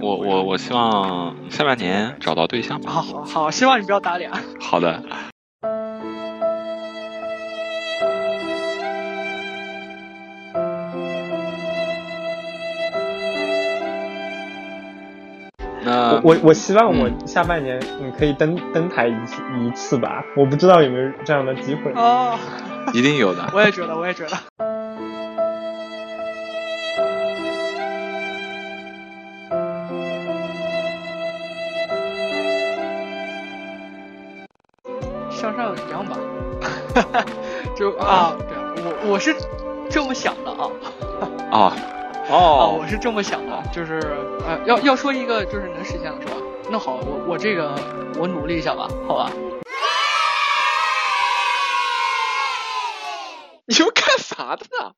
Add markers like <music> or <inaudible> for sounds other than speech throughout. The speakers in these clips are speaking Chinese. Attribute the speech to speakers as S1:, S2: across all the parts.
S1: 我我我希望下半年找到对象吧。
S2: 哦好好好，希望你不要打脸。
S1: 好的，那
S3: 我我希望我下半年你可以登登台一次一次吧，我不知道有没有这样的机会。
S2: 哦，
S1: 一定有的。
S2: 我也觉得，我也觉得。向上一样吧， <laughs> 就啊，对我我是这么想的啊。
S1: 哦
S2: 啊，
S1: 哦
S2: 我，是这么想的，就是呃，要要说一个就是能实现的是吧？那好，我我这个我努力一下吧，好吧。你又干啥的呢？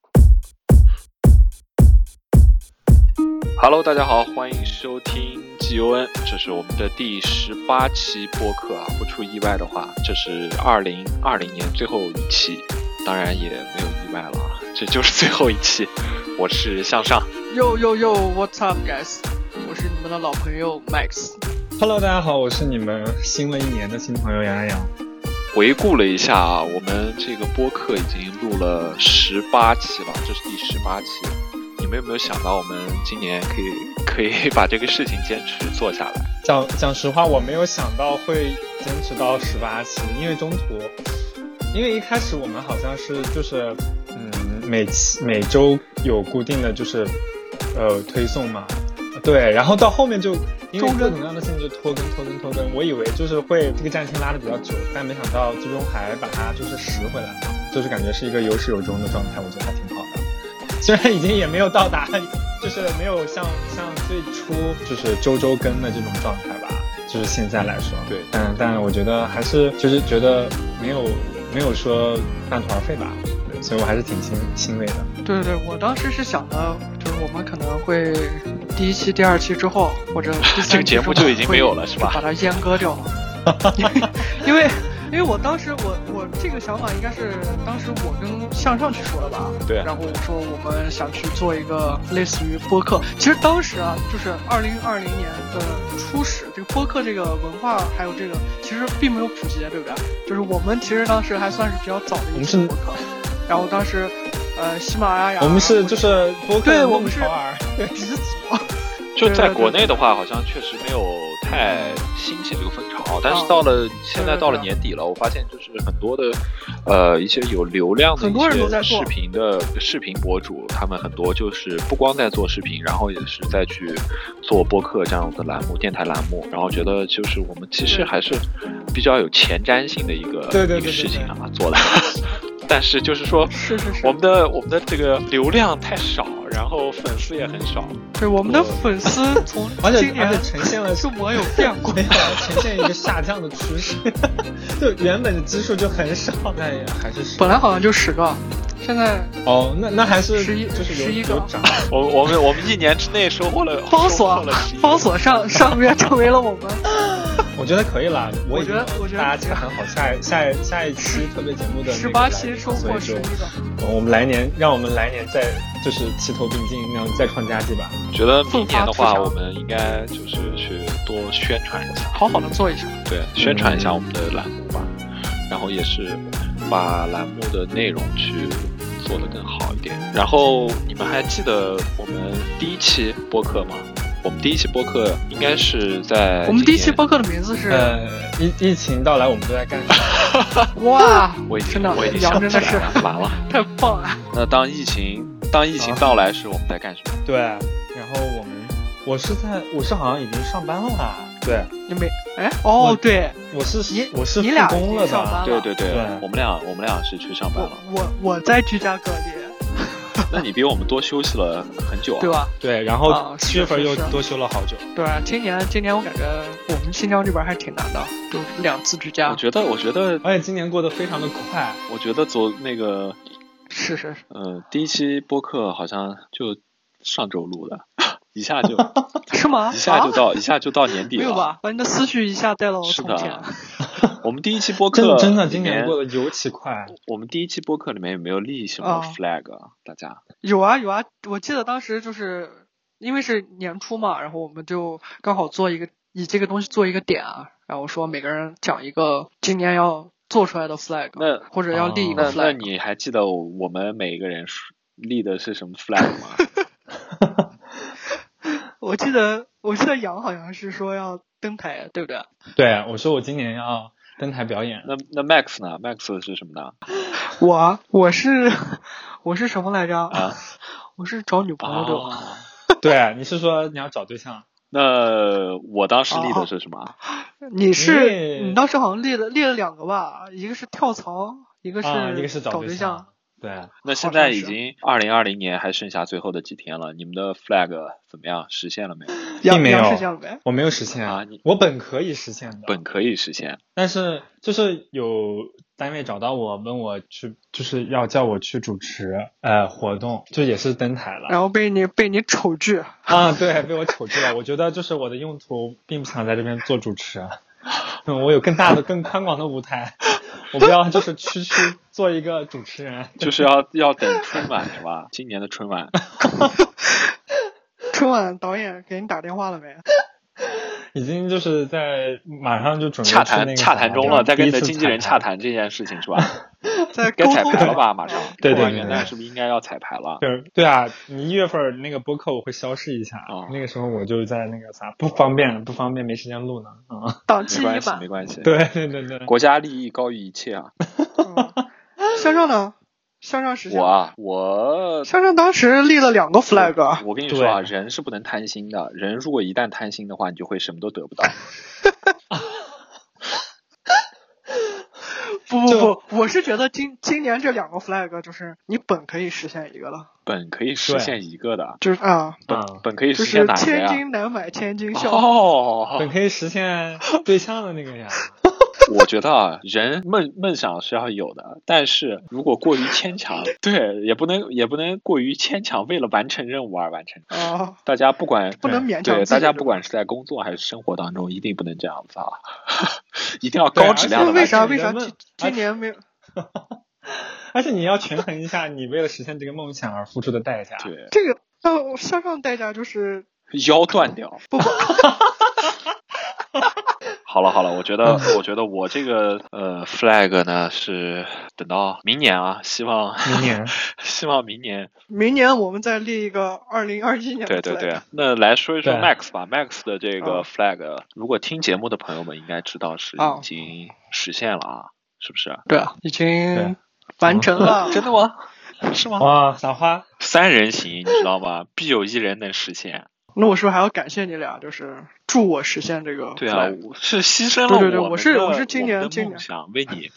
S1: Hello，大家好，欢迎收听 GON，这是我们的第十八期播客啊，不出意外的话，这是二零二零年最后一期，当然也没有意外了啊，这就是最后一期。我是向上，
S2: 哟哟哟，What's up, guys？我是你们的老朋友 Max。
S3: Hello，大家好，我是你们新了一年的新朋友杨洋洋。
S1: 回顾了一下啊，我们这个播客已经录了十八期了，这是第十八期。你们有没有想到，我们今年可以可以把这个事情坚持做下来？
S3: 讲讲实话，我没有想到会坚持到十八期，因为中途，因为一开始我们好像是就是，嗯，每期每周有固定的就是，呃，推送嘛，对，然后到后面就因为
S2: 周更
S3: 各种各样的事情就拖更拖更拖更，我以为就是会这个战线拉的比较久，但没想到最终还把它就是拾回来了，就是感觉是一个有始有终的状态，我觉得还挺好的。虽然已经也没有到达，就是没有像像最初就是周周更的这种状态吧，就是现在来说，
S1: 对
S3: 但但我觉得还是就是觉得没有没有说半途而废吧，对，所以我还是挺欣欣慰的。
S2: 对对，我当时是想的，就是我们可能会第一期、第二期之后，或者第
S1: <laughs> 这个
S2: 三期
S1: 节目
S2: 之后
S1: 就已经没有了，是
S2: 把
S1: 吧？
S2: 它阉割掉嘛。 <laughs> 因为因为我当时我我这个想法应该是当时我跟向上去说的吧。
S1: 对
S2: 然后我说我们想去做一个类似于播客，其实当时啊，就是二零二零年的初始，这个播客这个文化还有这个其实并没有普及，对不对？就是我们其实当时还算是比较早的一
S3: 我们
S2: 期
S3: 是
S2: 播客，然后当时呃喜马拉雅，
S3: 我们是
S2: <laughs>
S3: 就是播客
S2: 对
S3: 的
S2: 我
S3: 弄
S2: 们是
S3: 潮儿，对，
S2: 鼻祖。
S1: 就在国内的话，好像确实没有太兴起这个风潮，但
S2: 嗯
S1: 是到了现在到了年底了，我发现就是很多的，呃，一些有流量的
S2: 很多人都
S1: 一
S2: 在
S1: 些
S2: 做
S1: 视频的视频博主，他们很多就是不光在做视频，然后也是在去做播客这样的栏目、电台栏目，然后觉得就是我们其实
S2: 对
S1: 还是比较有前瞻性的一个
S3: 对对对对
S1: 一个事情
S3: 对
S1: 啊做的， <laughs> 但是就是说。
S2: 是是是，
S1: 我们的我们的这个流量太少，然后粉丝也很少，
S2: 对我们的粉丝从
S3: <laughs> 而且
S2: 今年
S3: 而且呈现
S2: <laughs>
S3: 了
S2: 数模
S3: <laughs>
S2: 有变过，
S3: 没有呈现一个下降的趋势， <laughs> 就原本的基数就很少，那也还是
S2: 本来好像就十个，现在
S3: 哦，那那还是
S2: 11
S3: 就是有
S2: 11个
S3: 有
S2: <laughs>
S3: 涨，
S1: 我我们我们一年之内收获了
S2: 方
S1: 收
S2: 所
S1: 获了11
S2: 方所上上个月成为了我
S1: <laughs>
S2: 们，
S3: 我觉得可以啦，
S2: 我
S3: 已
S2: 觉
S3: 经
S2: 得我觉得
S3: 大家洽谈好下一下一下一期特别节
S2: <laughs>
S3: 目的那个
S2: 十八
S3: 来
S2: 期
S3: 源
S2: 收获
S3: 所以
S2: 十
S3: 就
S2: 一个，
S3: 我们来年让我们来年再就是齐头并进，那样再创佳绩吧。
S1: 觉得明年的
S2: 奋发
S1: 话，
S2: 图强
S1: 我们应该就是去多宣传一下，
S2: 好好的做一下。
S1: 对，宣传一下我们的栏目吧，然后也是把栏目的内容去做得更好一点。然后你们还记得我们第一期播客吗？我们第一期播客应该是在
S2: 我们第一
S1: 今
S2: 期
S1: 年
S2: 播客的名字是
S3: 呃，疫疫情到来，我们都在干什么？
S2: 哇，
S1: 我已经
S2: 真的
S1: 我已经
S2: 杨
S1: 想
S2: 真
S1: 起
S2: 的
S1: 来了，完了。
S2: 太棒了！
S1: 那当疫情当疫情
S3: 啊
S1: 到来时，我们在干什么？
S3: 对，然后我们我是在我是好像已经上班了吧？对，
S2: 你没哎哦
S3: 我
S2: 对
S3: 我是
S2: 你
S3: 我是
S2: 你俩
S3: 复工了
S2: 已经上班
S3: 吧？
S2: 了
S1: 对对对
S3: 对
S1: 我们俩我们俩是去上班
S2: 我
S1: 了。
S2: 我我在居家隔离，
S1: 那你比我们多休息了很久啊。
S2: 对吧？
S3: 对，然
S2: 啊
S3: 后
S2: 是
S3: 七月份
S2: 是
S3: 又
S2: 是
S3: 多休了好久。
S2: 对，啊今年今年我感觉我们新疆这边还挺难的，都是两次居家
S1: 我。觉得，我觉得，
S3: 而且今年过得非常的快，
S1: 我觉得昨那个，
S2: 是是是，
S1: 呃，第一期播客好像就上周录的，一下
S2: <laughs>
S1: 就
S2: 是吗？
S1: 一下就
S2: 啊
S1: 到、一下就到年底
S2: 没有
S1: 了。
S2: 吧？把你的思绪一下带到了
S1: 是
S2: 从前
S1: 的。，我们第一期播
S3: <laughs> 真
S1: 客
S3: 的真的
S1: 里
S3: 今年
S1: 面
S3: 过得尤其快。
S1: 我们第一期播客里面有没有立什么
S2: 啊
S1: flag？、啊、大家
S2: 有啊有啊，我记得当时就是因为是年初嘛，然后我们就刚好做一个以这个东西做一个点啊，然后说每个人讲一个今年要做出来的 flag，
S1: 那
S2: 或者要立
S1: 那
S2: 一
S3: 哦
S2: 个
S1: 那
S2: flag。
S1: 你还记得我们每一个人说立的是什么 flag 吗？
S2: <laughs> 我记得我记得杨好像是说要登台，对不对？
S3: 对，我说我今年要登台表演，
S1: 那那 Max 呢？Max 是什么呢？
S2: 我啊我是我是什么来着？
S1: 啊，
S2: 我是找女朋友的吧。
S1: 哦 <laughs>
S3: 对，你是说你要找
S1: 啊
S3: 对象？
S1: 那我当时立的是什
S3: 哦
S1: 么？
S2: 你是
S3: 你
S2: 你当时好像列了列了两个吧，一个是跳槽，一个是、
S3: 啊，一个是
S2: 找
S3: 对
S2: 象。，
S3: 对，
S1: 那现在已经二零二零年还剩下最后的几天了，你们的 flag 怎么样？实现了没有？
S2: 杨
S3: 没
S2: 杨
S3: 有
S2: 是这样呗。
S3: 我没有实现
S1: 啊你
S3: 我本可以实现的，
S1: 本可以实现，
S3: 但是就是有单位找到我，问我去，就是要叫我去主持呃活动，就也是登台
S1: 啊
S3: 了
S2: 然后被你被你丑拒，
S3: 啊，对，被我丑拒了。我觉得就是我的用途并不想在这边做主持，嗯，我有更大的、更宽广的舞台，我不要就是区区做一个主持人。
S1: 就是要要等春晚是吧？今年的春晚，
S2: <laughs> 春晚导演给你打电话了
S1: <laughs>
S2: 没？
S3: 已经就是在马上就准备
S1: 洽
S3: 去那
S1: 谈
S3: 个
S1: 洽谈中了，在跟你的经纪人洽
S3: 谈。
S1: 谈这件事情
S3: <laughs>
S1: 是吧？
S2: 在
S1: 该
S2: 沟
S1: 彩
S2: 通
S1: 排了
S2: 中
S1: 吧？马上，
S3: 对对对
S1: 过完元旦是不是应该要彩排
S3: <laughs>
S1: 了？
S3: 对对啊，你一月份儿那个播客我会消失一下，
S1: 啊
S3: 那个时候我就在那个啥不方便，不方便没时间录呢。啊、
S2: <laughs> 档期
S1: 没
S2: 已
S1: 关系，没
S2: 满。
S1: 关系。
S3: <laughs> 对对对对，
S1: 国家利益高于一切啊！
S2: 嗯向上呢？向上实现。
S1: 我啊，我
S2: 向上当时立了两个 flag，啊
S1: 我跟你说啊，
S3: 对
S1: 人是不能贪心的。人如果一旦贪心的话，你就会什么都得不到。
S2: 不不
S3: 就
S2: 不，我是觉得今今年这两个 flag 就是你本可以实现一个了，
S1: 本可以实
S3: 对
S1: 现一个的，
S2: 就是啊，
S1: 本、
S3: 嗯
S1: 本可以
S2: 就
S1: 实
S2: 是
S1: 现哪个
S2: 千
S1: 呀？
S2: 金难买千金笑。
S1: 哦
S3: 本，可以实现对象的那个呀， <laughs>
S1: 我觉得啊，人梦梦想是要有的，但是如果过于牵强，对，也不能也不能过于牵强，为了完成任务而完成。
S2: <laughs> 啊，
S1: 大家不管
S2: 不能勉强
S1: 对，
S2: 自己
S1: 大家
S2: 对
S1: 不
S2: 吧
S1: 管是在工作还是生活当中，一定不能这样子啊， <laughs> 一定要
S3: 对
S1: 高
S3: 而
S1: 质
S3: 且
S1: 量的
S2: 为
S1: 完成。
S2: 啥
S3: 而且
S2: 为啥
S3: 人们
S2: 今今年
S1: 哎
S2: 没有？
S3: 而且你要权衡一下你为了实现这个梦想而付出的代价。
S1: 对，
S2: 这个向向上代价就是
S1: 腰断掉。
S2: 不不，
S1: <laughs> 好了好了，我觉得我觉得我这个呃 flag 呢是等到明年啊，希望
S3: 明年
S1: <laughs> 希望明年
S2: 明年我们再立一个二零二一年
S1: 对
S2: 的 flag。
S1: 对啊对，那来说一说
S3: 对
S1: Max 吧，Max 的这个
S2: 嗯
S1: flag，如果听节目的朋友们应该知道是
S2: 哦
S1: 已经实现了啊，是不是？
S2: 对啊，已
S3: 对
S2: 经嗯完成了。
S1: 真的 <laughs> 吗？是吗？
S3: 哇，撒花，
S1: 三人行，你知道吗？必有一人能实现。
S2: 那我是不是还要感谢你俩，就是助我实现这个？
S1: 对啊，，我是牺牲了
S2: 对对对
S1: 我们
S2: 我是
S1: 的
S2: 我是
S1: 们
S2: 今年
S1: 的
S2: 今
S1: 梦
S2: 年
S1: 想，为 <laughs> 你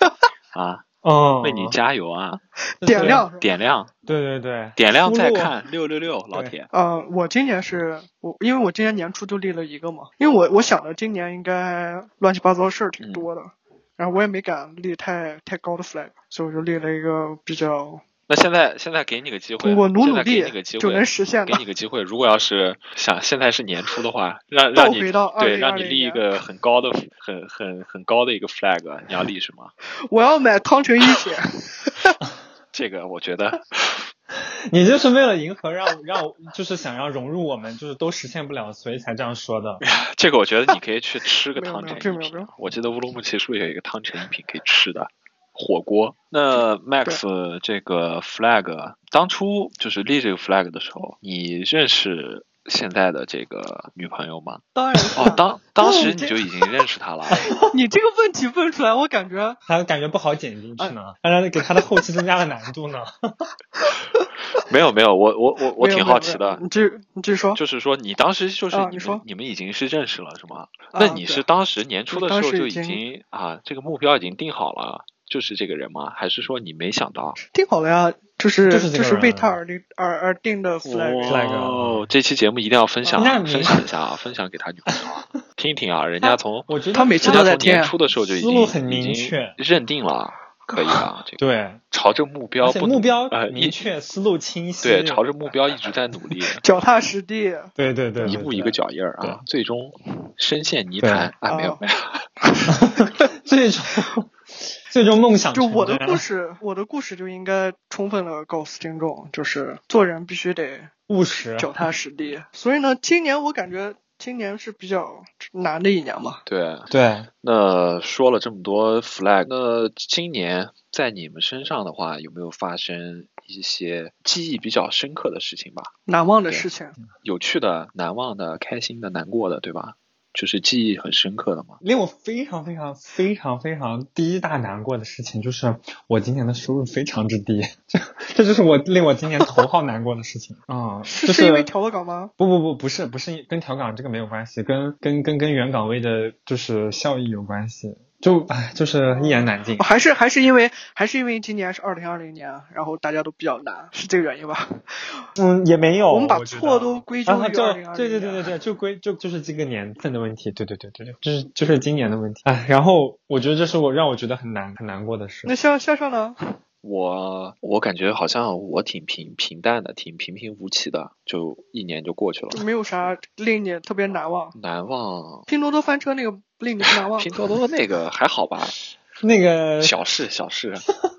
S1: 啊，
S3: 哦，
S1: 为你 <laughs> 加油啊！
S2: 点亮。是吧
S1: 点亮，
S3: 对对对，
S1: 点亮再
S3: 出路
S1: 看，六六六，老
S3: 对
S1: 铁，
S2: 呃，我今年是我，因为我今年年初就立了一个嘛，因为我我想着今年应该乱七八糟的事儿挺多的，
S1: 嗯
S2: 然后我也没敢立太太高的 flag，所以我就立了一个比较
S1: 那现在现在给你个机会，
S2: 通过努
S1: 现
S2: 努
S1: 在给
S2: 力
S1: 你个机
S2: 就
S1: 会
S2: 能，实现
S1: 给
S2: 的。
S1: 你个机会。如果要是想现在是年初的话，让
S2: 倒
S1: 让你
S2: 回到
S1: 对
S2: 2020
S1: 让你立一
S2: 年
S1: 个很高的、很很很高的一个 flag，你要立什么？
S2: 我要买汤臣一铁，
S1: 这个我觉得
S3: 你就是为了迎合让让就是想要融入我们，就是都实现不了，所以才这样说的。
S1: <laughs> 这个我觉得你可以
S2: <laughs>
S1: 去吃个
S2: 没有
S1: 汤
S2: 没
S1: 臣
S2: 有
S1: 一
S2: 这没有没
S1: 品
S2: 有，
S1: 我记得乌鲁木齐是不是有一个汤臣一品可以吃的火锅？那 Max 这个 flag 当初就是立这个 flag 的时候，你认识现在的这个女朋友吗？
S2: 当然是、
S1: 哦，
S2: <laughs>
S1: 当当时你
S2: 你嗯这
S1: 就已经认识她了。啊
S2: 你这个问题问出来，我感觉
S3: 他感觉不好剪进去
S1: 啊
S3: 呢，让他给他的后期增加了难度呢。
S1: <laughs> 没有没有，我我我我
S2: 没
S1: 挺
S2: 有没有
S1: 好
S2: 没
S1: 奇
S2: 有
S1: 的， <laughs>
S2: 你继你继续说，
S1: 就是说你当时就是
S2: 啊
S1: 你
S2: 你
S1: 们、
S2: 说
S1: 你们已经是认识了是吗？
S2: 啊
S1: 那你
S2: 对
S1: 是当时年初的
S2: 当
S1: 时候
S2: 时
S1: 就已
S2: 已经
S1: 经啊这个目标已经定好了，就是这个人吗？还是说你没想到？
S2: 定好了呀，就是
S3: 就是这个人
S2: 为他而定而而定的 flag，、
S3: flag 哦
S1: 哦，这期节目一定要分享啊，
S3: 那你
S1: 分享一下啊， <laughs> 分享给他女朋友
S3: <laughs>
S1: 啊，听一听啊，人家从
S3: 我觉得
S2: 他每次
S1: 人
S2: 都
S1: 家
S2: 在
S1: 从
S2: 听
S1: 年
S2: 啊
S1: 初的时候就已
S3: 思
S1: 经
S3: 路很明
S1: 已经
S3: 确
S1: 认定了，可以
S3: <laughs>
S1: 啊，这个
S3: 对，
S1: 朝着目标
S3: 而且
S1: 不
S3: 目标
S1: 呃一
S3: 明确，思路清晰。
S1: 对朝着目标一直在努力，
S2: 脚踏实地，
S3: <laughs> 对对对，对
S1: 一步一个。脚印儿
S3: 对
S1: 啊，最终深陷泥
S3: 对
S1: 潭啊，没有
S2: 哦
S1: 没有，
S3: <laughs> 最终最终梦想
S2: 就
S3: 成
S2: 我的
S1: 啊
S3: 真
S2: 故事，我的故事就应该充分的告诉听众，就是做人必须得
S3: 务
S1: 啊
S3: 实，
S2: 脚踏实地。所以呢，今年我感觉今年是比较难的一年嘛。
S1: 对，
S3: <laughs> 对，
S1: 那说了这么多 flag，那今年在你们身上的话，有没有发生一些记忆比较深刻的事情吧？
S2: 难忘的
S1: 对啊
S2: 事情，
S1: 有趣的、难忘的、开心的、难过的，对吧？就是记忆很深刻的嘛。
S3: 令我非常非常非常非常第一大难过的事情，就是我今年的收入非常之低，这这就是我令我今年头号难过的事情。啊、嗯，
S2: 是
S3: 就是
S2: 因为调了岗吗？
S3: 不不不，不是不是跟调岗这个没有关系，跟跟跟跟原岗位的就是效益有关系。就唉，就是一言难尽
S2: 哦。还是还是因为还是因为今年是二零二零年，然后大家都比较难，是这个原因吧？
S3: 嗯，也没有，
S2: 我们把
S3: 觉得
S2: 错都归咎于
S3: 啊，就
S2: 二零二零。
S3: 对对对对对，就归就就是这个年份的问题，对对对对对，就是就是今年的问题。唉，然后我觉得这是我让我觉得很难很难过的
S2: <laughs>
S3: 事。
S2: 那向向上呢？
S1: 我我感觉好像我挺平平淡的，挺平平无奇的，就一年就过去了。
S2: 就没有啥令你特别难忘。
S1: 难忘，
S2: 拼多多翻车那个令你不难忘，
S1: 拼多多那个还好
S2: <laughs>
S1: 吧，
S3: 那个
S1: 小事小事，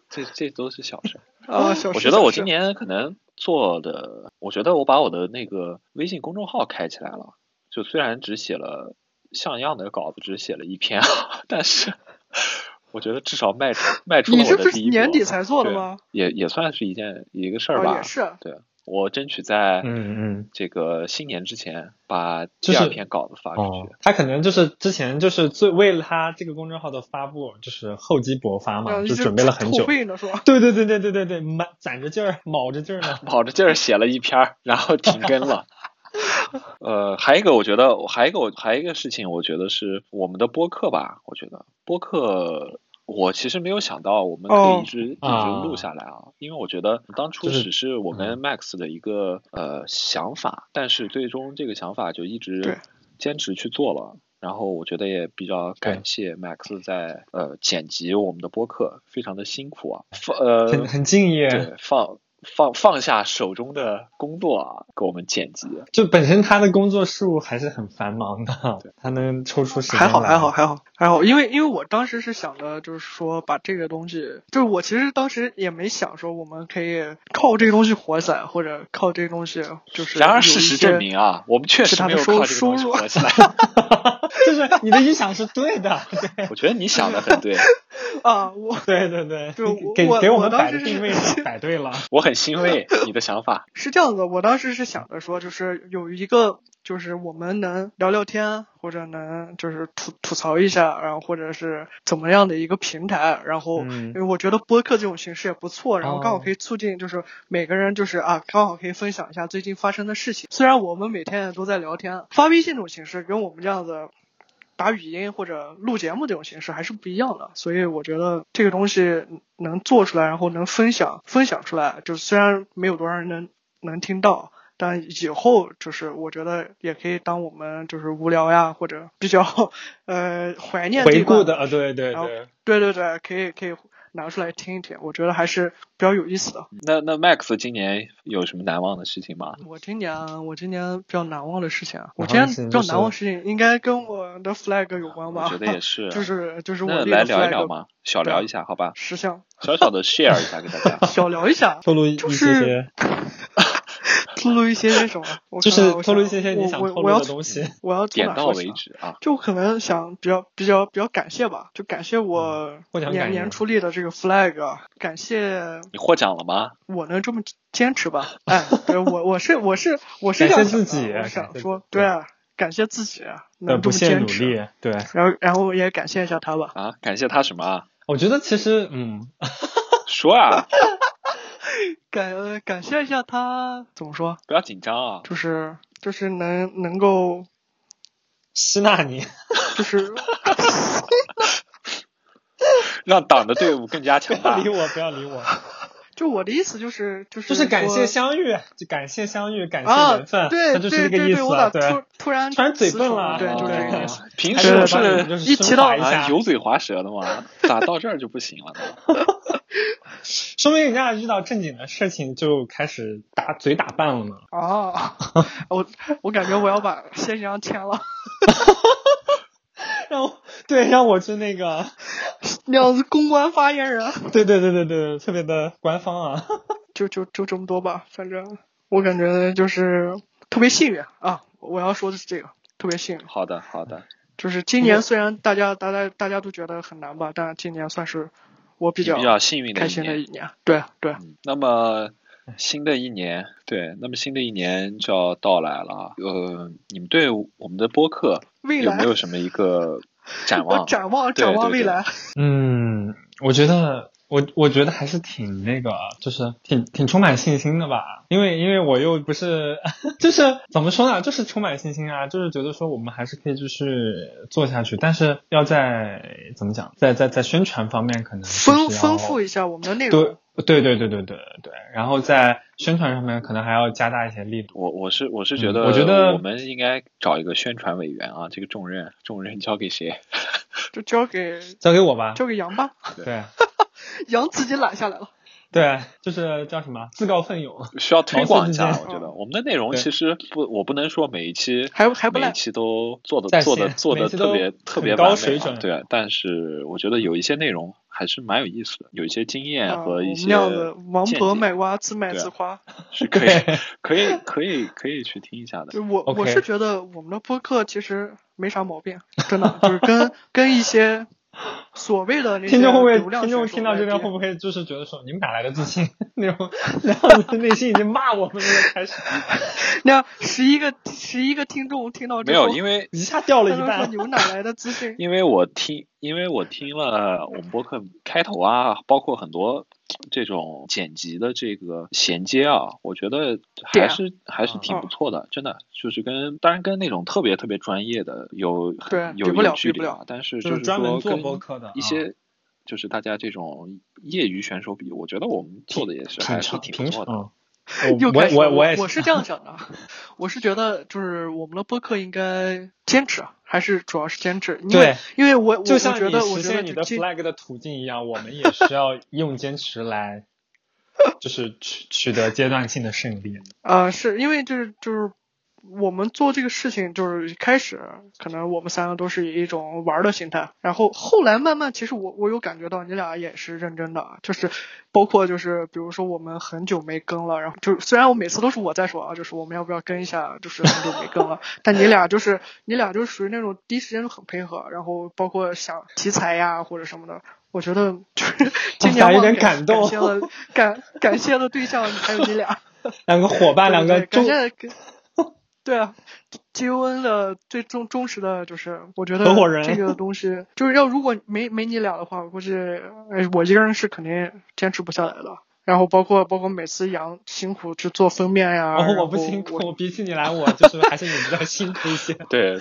S1: 这这都是小事。
S2: 啊，小
S1: 我
S2: 事
S1: 觉得
S2: 小
S1: 我
S2: 事
S1: 今年可能做的，我觉得我把我的那个微信公众号开起来了，就虽然只写了像样的稿子，只写了一篇，啊 <laughs> 但是我觉得至少迈出迈出了
S2: 你
S1: 我
S2: 这
S1: 的
S2: 不是
S1: 第一步，
S2: 年底才做的吗？
S1: 也也算是一件一个事儿
S2: 啊，
S1: 吧
S2: 也。是，
S1: 我争取在
S3: 嗯嗯。
S1: 这个新年之前把
S3: 就
S1: 第二
S3: 是
S1: 篇稿子发出去。
S3: 哦，他可能就是之前就是最为了他这个公众号的发布，就是厚积薄
S1: 啊
S3: 发嘛，
S2: 嗯
S3: 就准备了很久
S2: 后。背呢是吧？
S3: 对对对对对对对，满攒着劲儿，卯着劲儿
S2: <laughs>
S3: 呢。
S1: 卯着劲儿写了一篇儿，然后停更了。
S3: <laughs>
S1: 呃，还有一个，我觉得还有一个，我还有一个事情，我觉得是我们的播客吧。我觉得播客，我其实没有想到我们可
S2: 哦
S1: 以一直、一
S3: 啊
S1: 直录下来啊，因为我觉得当初
S3: 就是嗯
S1: 只是我们 Max 的一个、呃想法，但是最终这个想法就一
S2: 对
S1: 直坚持去做了。然后我觉得也比较感谢 Max 在呃剪辑我们的播客，非常的辛苦啊，
S3: <laughs>
S1: 呃
S3: 很很敬业。
S1: 对，放放放下手中的工作啊，给我们剪辑。
S3: 就本身他的工作事务还是很繁忙的，他能抽出时间来。
S2: 还好，还好，还好，还好，因为因为我当时是想的，就是说把这个东西，就是我其实当时也没想说我们可以靠这个东西活下来，或者靠这个东西就是。
S1: 然而事实证，明啊，我们确实没有靠这个东西活起来。
S3: <laughs>
S2: <laughs>
S3: 就是你的预想是对的。
S1: 我觉得你想的很对，
S2: 啊，我
S3: <laughs> 对
S2: <laughs>
S3: 对对
S2: 对我
S3: 对，给
S2: 我
S3: 给
S2: 我
S3: 们
S2: 当
S3: 摆
S2: 时
S3: 的
S2: <laughs>
S3: 定
S2: 是
S3: 位上摆对了。
S1: 我很欣慰
S2: <laughs>
S1: 你的想法。
S2: 是这样子，我当时是想着说，就是有一个，就是我们能聊聊天，或者能就是吐吐槽一下，然后或者是怎么样的一个平台，然后
S3: 嗯
S2: 因为我觉得播客这种形式也不错，然后刚好
S3: 哦
S2: 可以促进就是每个人就是啊，刚好可以分享一下最近发生的事情。虽然我们每天也都在聊天，发微信这种形式跟我们这样子。打语音或者录节目这种形式还是不一样的，所以我觉得这个东西能做出来，然后能分享分享出来，就虽然没有多少人能能听到，但以后就是我觉得也可以当我们就是无聊呀或者比较 <laughs> 呃怀念这
S3: 回顾
S2: 段
S3: 的啊，对对
S2: 然后
S3: 对，
S2: 对对对，可以可以拿出来听一听，我觉得还是比较有意思的。
S1: 那那 Max 今年有什么难忘的事情吗？
S2: 我今年我今年比较难忘的事情啊，我今
S3: 难忘的
S2: 年
S3: 事
S2: 比
S3: 情就
S2: 较
S3: 嗯是
S2: 难忘的事情应该跟我的 flag 有关吧？
S1: 我觉得也是啊。
S2: <laughs> 就是就是我
S1: 那
S2: 立的
S1: 来聊一
S2: flag
S1: 聊嘛，小聊一下，好吧？
S2: 实项。
S1: 小小的 share 一下给大家
S2: <laughs> 小聊一下，
S3: 透露一
S2: 就
S3: 一些
S2: 是
S3: 些，
S2: 透露一些些
S3: <laughs>
S2: 什么？我
S3: 就
S2: 看看
S3: 是
S2: 我
S3: 透露一
S2: 想
S3: 些些你想
S2: 我
S3: 透
S2: 我我
S3: 露
S2: 要
S3: 的东西。
S2: 我要从
S1: 点
S2: 哪
S1: 到
S2: 说起
S1: 为
S2: 啊
S1: 止啊，
S2: 就可能想比较比较比较感谢吧，就感谢我
S3: 获奖嗯感
S2: 年
S3: 言
S2: 年初立的这个 flag，啊感谢
S1: 你获奖了吗？
S2: 我能这么坚持吧。哎，对我我是我是我是
S3: 感
S2: 这样
S3: 谢自
S2: 想的我
S3: 己感谢
S2: 想
S3: 自
S2: 说
S3: 己
S2: 对啊，感谢自己啊
S3: 呃，
S2: 能这
S3: 不
S2: 么
S3: 懈
S2: 坚
S3: 努
S2: 持。啊
S3: 力，对，
S2: 然后然后也感谢一下他吧。
S1: 啊，感谢他什么啊？
S3: 我觉得其实，嗯，
S1: 说啊，
S2: 感呃感谢一下他，怎么说？
S1: 不要紧张啊。
S2: 就是就是能能够
S3: 吸纳你， <laughs>
S2: 就是
S1: 让党的队伍更加
S3: 不
S1: 强
S2: <laughs>
S3: 要
S1: 大
S3: 理。我，不要理我，
S2: 啊就我的意思就是就是
S3: 就是感
S2: 说
S3: 谢相遇，就感谢相遇，感谢
S2: 啊
S3: 缘分，，
S2: 对
S3: 它就是
S2: 对
S3: 这个意
S2: 对对，
S3: 思
S2: 我咋
S3: 啊，对
S2: 突。突然
S3: 突然嘴
S2: 词
S3: 笨
S2: 穷
S3: 了
S2: 对，就是这个意思。
S1: 啊平
S3: 还
S1: 时
S3: 是
S1: 不
S3: 把你就是是
S2: 一
S3: 升
S2: 提到
S3: 华一
S1: 啊
S3: 下，
S1: 油嘴滑舌的吗？咋到这儿就不行了 <laughs> 呢？
S3: 说明人家遇到正经的事情就开始打嘴打扮了
S2: <laughs>
S3: 呢。
S2: 哦，我我感觉我要把线上签了。
S3: 让我对，让我去那个，
S2: 料子公关发言人，
S3: <laughs> 对对对对对，特别的官方啊。
S2: 就就就这么多吧。反正我感觉就是特别幸运啊，我要说的是这个，特别幸运。
S1: 好的，好的，
S2: 就是今
S1: 嗯
S2: 年虽然大家大家大家都觉得很难吧，但今年算是我比
S1: 比
S2: 较
S1: 较幸运的
S2: 开
S1: 一
S2: 心
S1: 年
S2: 的。一年。对对，
S1: 嗯那么新的一年，对，那么新的一年就要到来了啊。呃，你们对我们的播客
S2: 未
S1: 有
S2: 来
S1: 没有什么一个展
S2: 我
S1: 望？
S2: 展望
S1: 对
S2: 展望
S1: 对
S2: 未
S1: 对
S2: 来，
S3: 嗯，我觉得我我觉得还是挺那个，啊就是挺挺充满信心的吧。因为因为我又不是， <laughs> 就是怎么说呢，就是充满信心啊，就是觉得说我们还是可以继续做下去，但是要在怎么讲，在在在宣传方面可能嗯就是
S2: 丰
S3: 要
S2: 丰富一下我们的内
S3: 对
S2: 容。
S3: 对对对对对对，然后在宣传上面可能还要加大一些力度。
S1: 我我是我是
S3: 嗯
S1: 觉得，
S3: 我觉得
S1: 我们应该找一个宣传委员啊，这个重任重任交给谁？
S2: 就交给
S3: 交给我吧，
S2: 交给杨吧，
S3: 对
S2: 杨自己揽下来了。
S3: 对，就是叫什么自告奋勇，
S1: 需要推广一下
S3: 毛
S1: 啊，
S3: 遂
S1: 我觉得
S2: 嗯
S1: 我们的内容
S3: 对
S1: 其实不，我不能说每一期
S2: 还还不
S1: 每一
S2: 赖，
S1: 期都做的
S3: 在
S1: 做的
S3: 线
S1: 做
S3: 每
S1: 的
S3: 一期
S1: 特
S3: 都
S1: 别特
S3: 很
S1: 别
S3: 高
S1: 完美
S3: 水
S1: 啊
S3: 准
S1: 对啊。但是我觉得有一些内容还是蛮有意思的，有一些经验
S2: 啊，
S1: 哎
S2: 我
S3: 哦
S1: 和一
S2: 们
S1: 些
S2: 料子王
S1: 见
S2: 婆
S1: 解
S2: 卖瓜，自卖
S1: 对啊
S2: 自夸。
S1: 是可以 <laughs>
S3: 对
S1: 可以可以可以去听一下的。
S2: 就我我
S3: OK
S2: 是觉得我们的播客其实没啥毛病，真的就是跟跟一些所谓的那些
S3: 听众会不
S2: 流
S3: 会
S2: 量
S3: 听众听到这边会
S2: 会？
S3: 不会就是觉得说你们哪来的自信 <laughs> 那种，然后内心已经骂我们了开始，
S2: 那十一个十一个听众听到
S1: 没
S2: 之后，
S1: 有，因为
S3: 一下掉了
S2: 他
S3: 一
S2: 们说
S3: 半
S2: 你。们哪来的自信？
S1: 因为我听，因为我听了我们播客开头啊，包括很多这种剪辑的这个衔接啊，我觉得
S2: 对
S1: 还
S2: 啊
S1: 是还是
S3: 嗯
S1: 挺
S2: 嗯
S1: 不错的，真的就是跟当然跟那种特别特别专业的有
S2: 对
S1: 很
S2: 比
S1: 有
S2: 不
S1: 有
S2: 了
S1: 距
S2: 比
S1: 离
S2: 不
S1: 啊
S2: 了，
S1: 但是
S3: 就是是专门
S1: 说
S3: 做
S1: 跟
S3: 播客的
S1: 一
S3: 啊
S1: 些。就是大家这种业余选手比，我觉得我们做的也是还是
S3: 常
S1: 哎挺不
S3: 平
S1: 错
S3: 常，
S1: 的。
S3: 嗯
S2: 又
S3: 我
S2: 开始
S3: 我
S2: 了
S3: 我也
S2: 我是这样想的，我是觉得就是我们的播客应该坚持，啊还是主要是坚持，因为
S3: 对
S2: 因为我我
S3: 就
S2: 我
S3: 像
S2: 觉
S3: 你
S2: 得我
S3: 实
S2: 觉得
S3: 现你
S2: 就
S3: 的
S2: 今
S3: flag 的途径一样，我们也
S2: <laughs>
S3: 需要用坚持来，就是取取得阶段性的胜利。
S2: 呃，是因为就是就是我们做这个事情，就是开始可能我们三个都是以一种玩儿的心态，然后后来慢慢，其实我我有感觉到你俩也是认真的，啊就是包括就是比如说我们很久没更了，然后就是虽然我每次都是我在说啊，就是我们要不要更一下，就是很久没更了，但你俩就是你俩就是属于那种第一时间就很配合，然后包括想题材呀或者什么的。我觉得就是 <laughs> 今年
S3: 俩有
S2: 忘
S3: 点
S2: 感
S3: 感动
S2: 感谢了感感谢的对象还有你俩，
S3: 两个伙
S2: 对
S3: 伴，两
S2: 对
S3: 个哦
S2: 感
S3: 中
S2: 谢给，对啊，G O N 的最忠忠实的就是，我觉得
S3: 合伙人
S2: 这个东西 <laughs> 就是要如果没没你俩的话，我估计哎我一个人是肯定坚持不下来的。然后包括包括每次杨辛苦去做封面呀，
S3: 然后
S2: 然
S3: 哦我不辛苦，
S2: 我
S3: 我比起你来，我就是还是你比较辛苦一些。
S1: 对，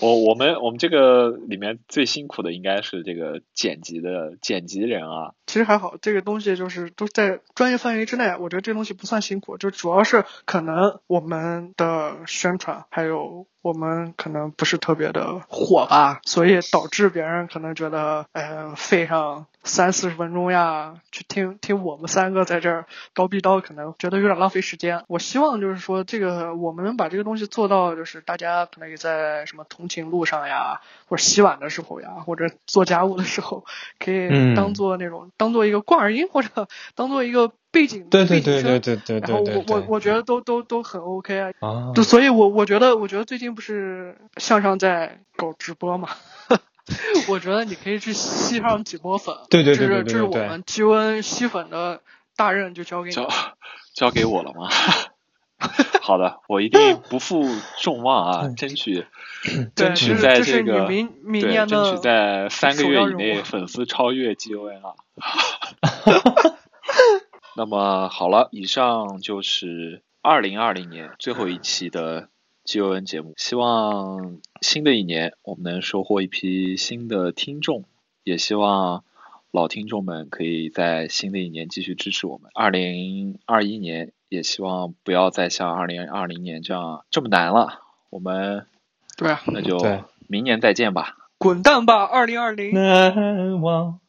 S1: 我我们我们这个里面最辛苦的应该是这个剪辑的剪辑人啊，
S2: 其实还好，这个东西就是都在专业范围之内，我觉得这东西不算辛苦，就主要是可能我们的宣传还有我们可能不是特别的火吧，所以导致别人可能觉得，呃，费上三四十分钟呀，去听听我们三个在这儿叨逼叨，可能觉得有点浪费时间。我希望就是说，这个我们能把这个东西做到，就是大家可能也在什么通勤路上呀，或者洗碗的时候呀，或者做家务的时候，可以
S3: 嗯
S2: 当做那种、当做一个挂耳音，或者 <laughs> 当做一个背景
S3: 对
S2: 背
S3: 对对
S2: 景
S3: 对
S2: 声
S3: 对对对
S2: 然后
S3: 对
S2: 我
S3: 对
S2: 我我觉得都都都很 OK 啊，
S3: 啊，
S2: 就所以我，我觉得，我觉得最近不是向上在搞直播嘛， <laughs> 我觉得你可以去吸上几波粉，
S3: 对对
S2: 这
S3: 对
S2: 是
S3: 对
S2: 这
S3: 对
S2: 是
S3: 对
S2: 我
S3: 对
S2: 们。基温吸粉的大任，就交给你
S1: 交。 <laughs> 交给我了吗？ <laughs> 好的，我一定不负众望啊，
S3: 嗯
S1: 争取争
S2: 对，这
S1: 取
S2: 是
S1: 在
S2: 这
S1: 这
S2: 是你
S1: 个
S2: 明明
S1: 对
S2: 年
S1: 争取
S2: 的
S1: 在三个
S2: 首
S1: 月
S2: 要
S1: 以
S2: 任
S1: 内
S2: 务
S1: 粉丝超越 G O N 啊。 <laughs> 那么好了，以上就是二零二零年最后一期的 G O N 节目，希望新的一年我们能收获一批新的听众，也希望。老听众们可以在新的一年继续支持我们。二零二一年也希望不要再像二零二零年这样这么难了。我们
S2: 对啊，
S3: <laughs>
S1: 那就
S3: 对
S1: 明年再见吧。
S2: 滚蛋吧，二零二零，
S3: 难忘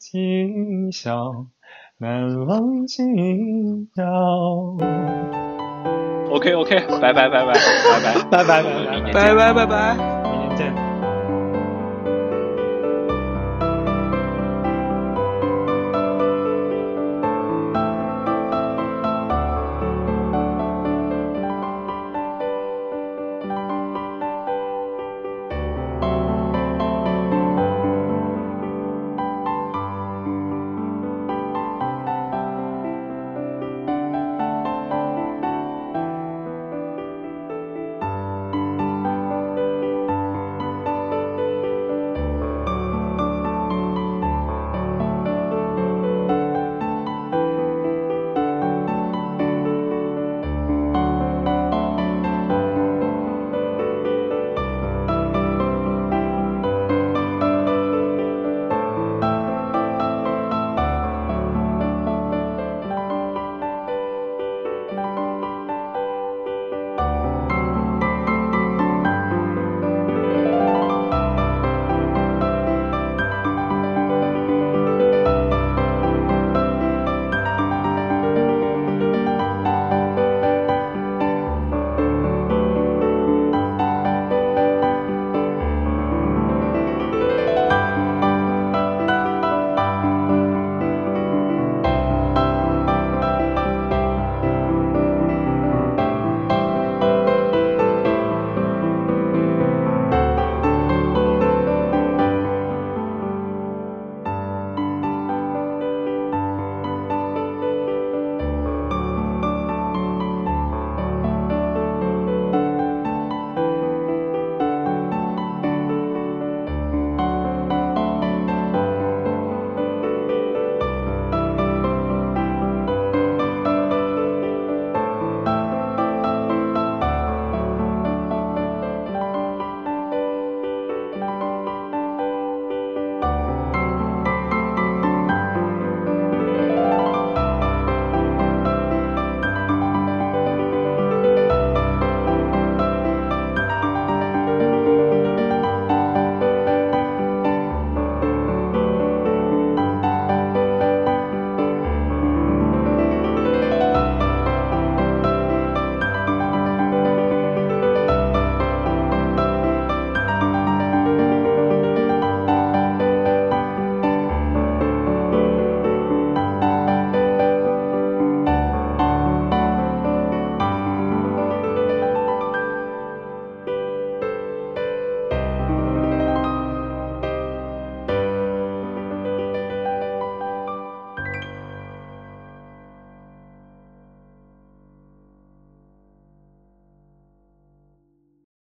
S3: 今宵，难忘今宵。
S1: OK OK，拜拜拜拜拜拜。
S3: <laughs> 拜拜拜
S1: 明
S3: 拜
S1: 年见
S2: 拜
S3: 拜
S2: 拜拜拜。
S3: 拜，明天见。